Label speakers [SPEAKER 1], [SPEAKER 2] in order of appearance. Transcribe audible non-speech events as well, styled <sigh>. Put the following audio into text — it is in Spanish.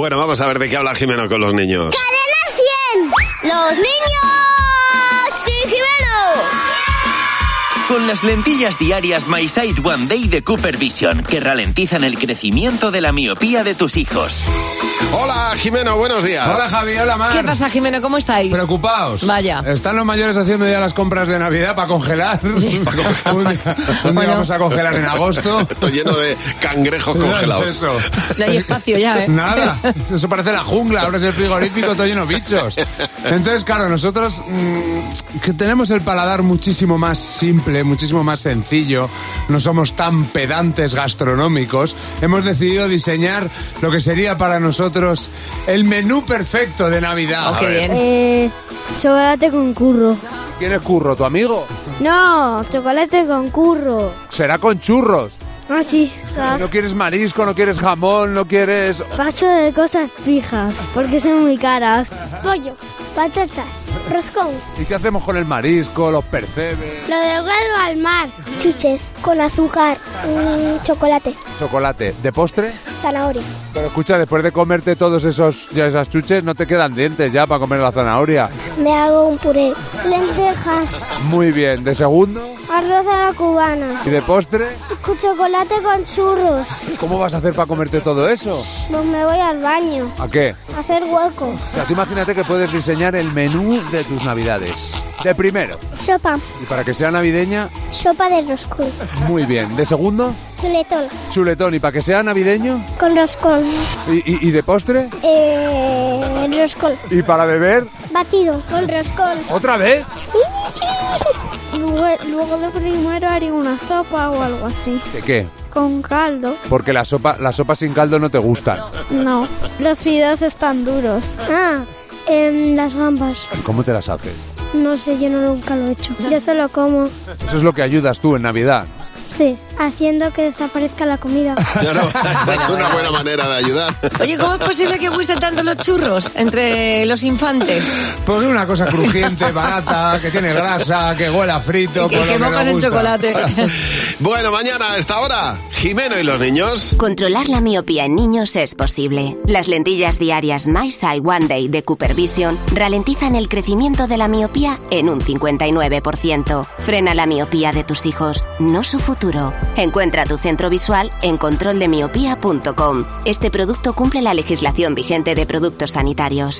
[SPEAKER 1] Bueno, vamos a ver de qué habla Jimeno con los niños.
[SPEAKER 2] ¡Cadena 100! ¡Los niños! ¡Sí,
[SPEAKER 3] Con las lentillas diarias My Sight One Day de Cooper Vision, que ralentizan el crecimiento de la miopía de tus hijos.
[SPEAKER 1] Hola, Jimeno, buenos días. <laughs>
[SPEAKER 4] Hola Javi, hola Mar.
[SPEAKER 5] ¿Qué pasa, Jimeno? ¿Cómo estáis?
[SPEAKER 4] Preocupaos.
[SPEAKER 5] Vaya.
[SPEAKER 4] Están los mayores haciendo ya las compras de Navidad para congelar. <laughs>
[SPEAKER 5] <laughs>
[SPEAKER 4] un día, un día
[SPEAKER 5] Bueno.
[SPEAKER 4] vamos a congelar en
[SPEAKER 5] <laughs>
[SPEAKER 4] agosto.
[SPEAKER 1] Estoy lleno de cangrejos congelados.
[SPEAKER 4] Eso.
[SPEAKER 5] No hay espacio ya, ¿eh? <laughs>
[SPEAKER 4] Nada, eso parece la jungla, ahora es el frigorífico, todo lleno de bichos. Entonces, claro, nosotros mm, que tenemos el paladar muchísimo más simple, muchísimo más sencillo, no somos tan pedantes gastronómicos, hemos decidido diseñar lo que sería para nosotros el menú perfecto de Navidad.
[SPEAKER 5] Oh, qué bien.
[SPEAKER 2] Eh, chocolate con curro.
[SPEAKER 4] ¿Quién es Curro, tu amigo?
[SPEAKER 2] No, chocolate con curro.
[SPEAKER 4] Será con churros.
[SPEAKER 2] Ah, sí.
[SPEAKER 4] No quieres marisco, no quieres jamón, no quieres...
[SPEAKER 2] Paso de cosas fijas, porque son muy caras. Pollo, patatas, roscón,
[SPEAKER 4] ¿Y qué hacemos con el marisco, los percebes,
[SPEAKER 2] lo del huevo al mar. Chuches, con azúcar, mm, chocolate,
[SPEAKER 4] chocolate? ¿De postre?
[SPEAKER 2] zanahoria.
[SPEAKER 4] Pero escucha, después de comerte todos esos ya esas chuches, no te quedan dientes ya para comer la zanahoria.
[SPEAKER 2] Me hago un puré. Lentejas,
[SPEAKER 4] Muy bien, de segundo
[SPEAKER 2] arroz a la cubana,
[SPEAKER 4] y de postre,
[SPEAKER 2] chocolate con churros.
[SPEAKER 4] ¿cómo vas a hacer para comerte todo eso?
[SPEAKER 2] Pues me voy al baño,
[SPEAKER 4] ¿A qué?
[SPEAKER 2] a hacer hueco.
[SPEAKER 4] O sea, tú imagínate que puedes diseñar el menú de tus navidades. De primero.
[SPEAKER 2] Sopa,
[SPEAKER 4] Y para que sea navideña,
[SPEAKER 2] sopa de roscón.
[SPEAKER 4] muy bien. De segundo,
[SPEAKER 2] Chuletón,
[SPEAKER 4] chuletón. Y para que sea navideño,
[SPEAKER 2] con roscón.
[SPEAKER 4] y, y- y de postre,
[SPEAKER 2] Eh, roscón.
[SPEAKER 4] y para beber,
[SPEAKER 2] Batido, con roscón.
[SPEAKER 4] otra vez.
[SPEAKER 2] Luego, luego de primero haré una sopa o algo así.
[SPEAKER 4] ¿De qué?
[SPEAKER 2] Con caldo.
[SPEAKER 4] Porque la sopa, la sopa sin caldo no te gusta.
[SPEAKER 2] No, los fideos están duros. Ah, en las gambas.
[SPEAKER 4] ¿Cómo te las haces?
[SPEAKER 2] No sé, yo no nunca lo he hecho. Yo solo como,
[SPEAKER 4] Eso es lo que ayudas tú en Navidad.
[SPEAKER 2] sí, haciendo que desaparezca la comida.
[SPEAKER 1] No, no, es <laughs> una buena manera de ayudar.
[SPEAKER 5] Oye, ¿cómo es posible que gusten tanto los churros entre los infantes?
[SPEAKER 4] Pues una cosa <laughs> crujiente, barata, que tiene grasa, que huela a frito.
[SPEAKER 5] Y que,
[SPEAKER 4] por lo
[SPEAKER 5] que
[SPEAKER 4] nos
[SPEAKER 5] mojas en
[SPEAKER 4] gusta.
[SPEAKER 5] chocolate.
[SPEAKER 1] Bueno, mañana a esta hora, Jimeno y los niños.
[SPEAKER 6] Controlar la miopía en niños es posible. Las lentillas diarias My Sight One Day de Cooper Vision ralentizan el crecimiento de la miopía en un 59%. Frena la miopía de tus hijos, no su futuro. Encuentra tu centro visual en controldemiopía.com. Este producto cumple la legislación vigente de productos sanitarios.